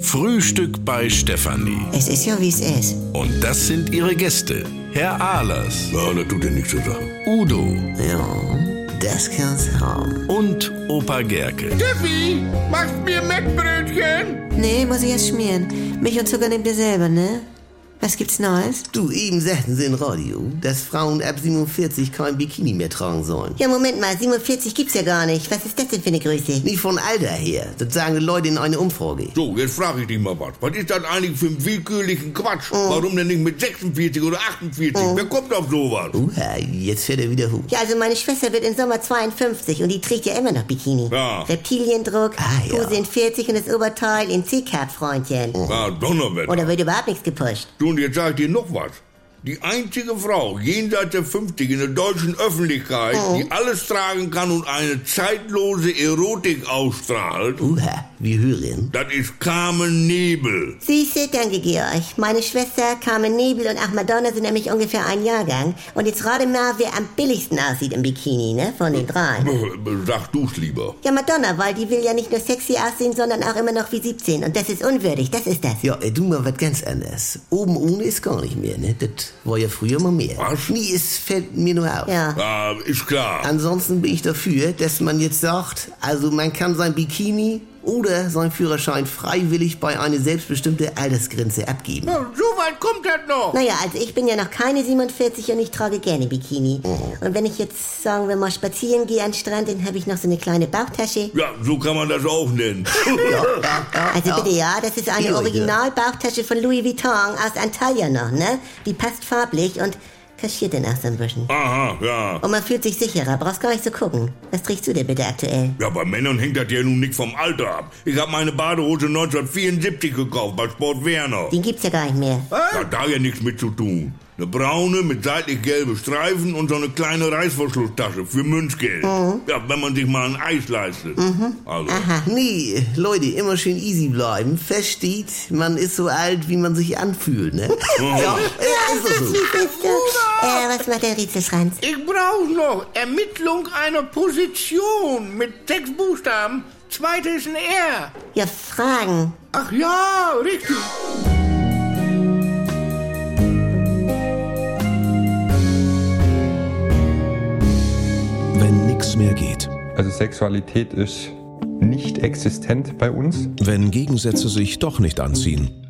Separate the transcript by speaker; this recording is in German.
Speaker 1: Frühstück bei Stefanie.
Speaker 2: Es ist ja, wie es ist.
Speaker 1: Und das sind ihre Gäste. Herr Ahlers,
Speaker 3: Ja, das tut dir nichts zu sagen.
Speaker 1: Udo
Speaker 2: Ja, das kann's haben.
Speaker 1: und Opa Gerke.
Speaker 4: Steffi, machst mir Mettbrötchen?
Speaker 2: Nee, muss ich jetzt schmieren. Milch und Zucker nehmt ihr selber, ne? Was gibt's Neues?
Speaker 5: Du, eben sagten sie im Radio, dass Frauen ab 47 kein Bikini mehr tragen sollen.
Speaker 2: Ja, Moment mal, 47 gibt's ja gar nicht. Was ist das denn für eine Größe?
Speaker 5: Nicht von Alter her, das sagen Leute in einer Umfrage.
Speaker 4: So, jetzt frage ich dich mal was. Was ist das eigentlich für ein willkürlichen Quatsch? Warum denn nicht mit 46 oder 48? Wer kommt auf sowas?
Speaker 5: Uha, jetzt fährt er wieder hoch.
Speaker 2: Ja, also meine Schwester wird im Sommer 52 und die trägt ja immer noch Bikini.
Speaker 4: Ja.
Speaker 2: Reptiliendruck,
Speaker 5: Ah, ja.
Speaker 2: Hose in 40 und das Oberteil in C-Cup-Freundchen.
Speaker 4: Ah, Donnerwetter.
Speaker 2: Oder wird überhaupt nichts gepusht.
Speaker 4: Du, und jetzt sag ich dir noch was. Die einzige Frau jenseits der 50 in der deutschen Öffentlichkeit, die alles tragen kann und eine zeitlose Erotik ausstrahlt,
Speaker 5: Uha, wir hören.
Speaker 4: das ist Carmen Nebel.
Speaker 2: Süße, danke Georg. Meine Schwester, Carmen Nebel und Ahmadonna sind nämlich ungefähr ein Jahrgang. Und jetzt rate mal, wer am billigsten aussieht im Bikini, ne? Von den dreien.
Speaker 4: Sag du's lieber.
Speaker 2: Ja, Madonna, weil die will ja nicht nur sexy aussehen, sondern auch immer noch wie 17. Und das ist unwürdig, das ist das.
Speaker 5: Ja, äh, du mal was ganz anderes. Oben ohne ist gar nicht mehr, ne? Das war ja früher mal mehr.
Speaker 4: Was?
Speaker 5: Nee, es fällt mir nur auf.
Speaker 2: Ja.
Speaker 4: Ah, ist klar.
Speaker 5: Ansonsten bin ich dafür, dass man jetzt sagt, also man kann sein Bikini oder seinen Führerschein freiwillig bei einer selbstbestimmten Altersgrenze abgeben.
Speaker 4: So weit kommt das noch.
Speaker 2: Naja, also ich bin ja noch keine 47 und ich trage gerne Bikini.
Speaker 5: Mhm.
Speaker 2: Und wenn ich jetzt, sagen wir mal, spazieren gehe an den Strand, dann habe ich noch so eine kleine Bauchtasche.
Speaker 4: Ja, so kann man das auch nennen.
Speaker 2: Also bitte ja, das ist eine
Speaker 5: Ja, ja.
Speaker 2: Original-Bauchtasche von Louis Vuitton aus Antalya noch, ne? Die passt farblich und kaschiert den auch so ein bisschen.
Speaker 4: Aha, ja.
Speaker 2: Und man fühlt sich sicherer, brauchst gar nicht zu gucken. Was trägst du denn bitte aktuell?
Speaker 4: Ja, bei Männern hängt das ja nun nicht vom Alter ab. Ich habe meine Badehose 1974 gekauft bei Sport Werner.
Speaker 2: Den gibt's ja gar nicht mehr.
Speaker 4: Hat da ja nichts mit zu tun. Eine braune mit seitlich gelben Streifen und so eine kleine Reißverschlusstasche für Münzgeld. Ja, wenn man sich mal ein Eis leistet. Also,
Speaker 2: Mhm.
Speaker 5: Nee, Leute, immer schön easy bleiben. Versteht, man ist so alt, wie man sich anfühlt, ne? ja, äh, ist doch so.
Speaker 2: Äh, was macht der Rätselschranz?
Speaker 6: Ich brauche noch Ermittlung einer Position mit sechs Buchstaben. Zweite ist ein R.
Speaker 2: Ja, Fragen.
Speaker 6: Ach ja, richtig.
Speaker 7: Wenn nichts mehr geht.
Speaker 8: Also Sexualität ist nicht existent bei uns.
Speaker 7: Wenn Gegensätze sich doch nicht anziehen.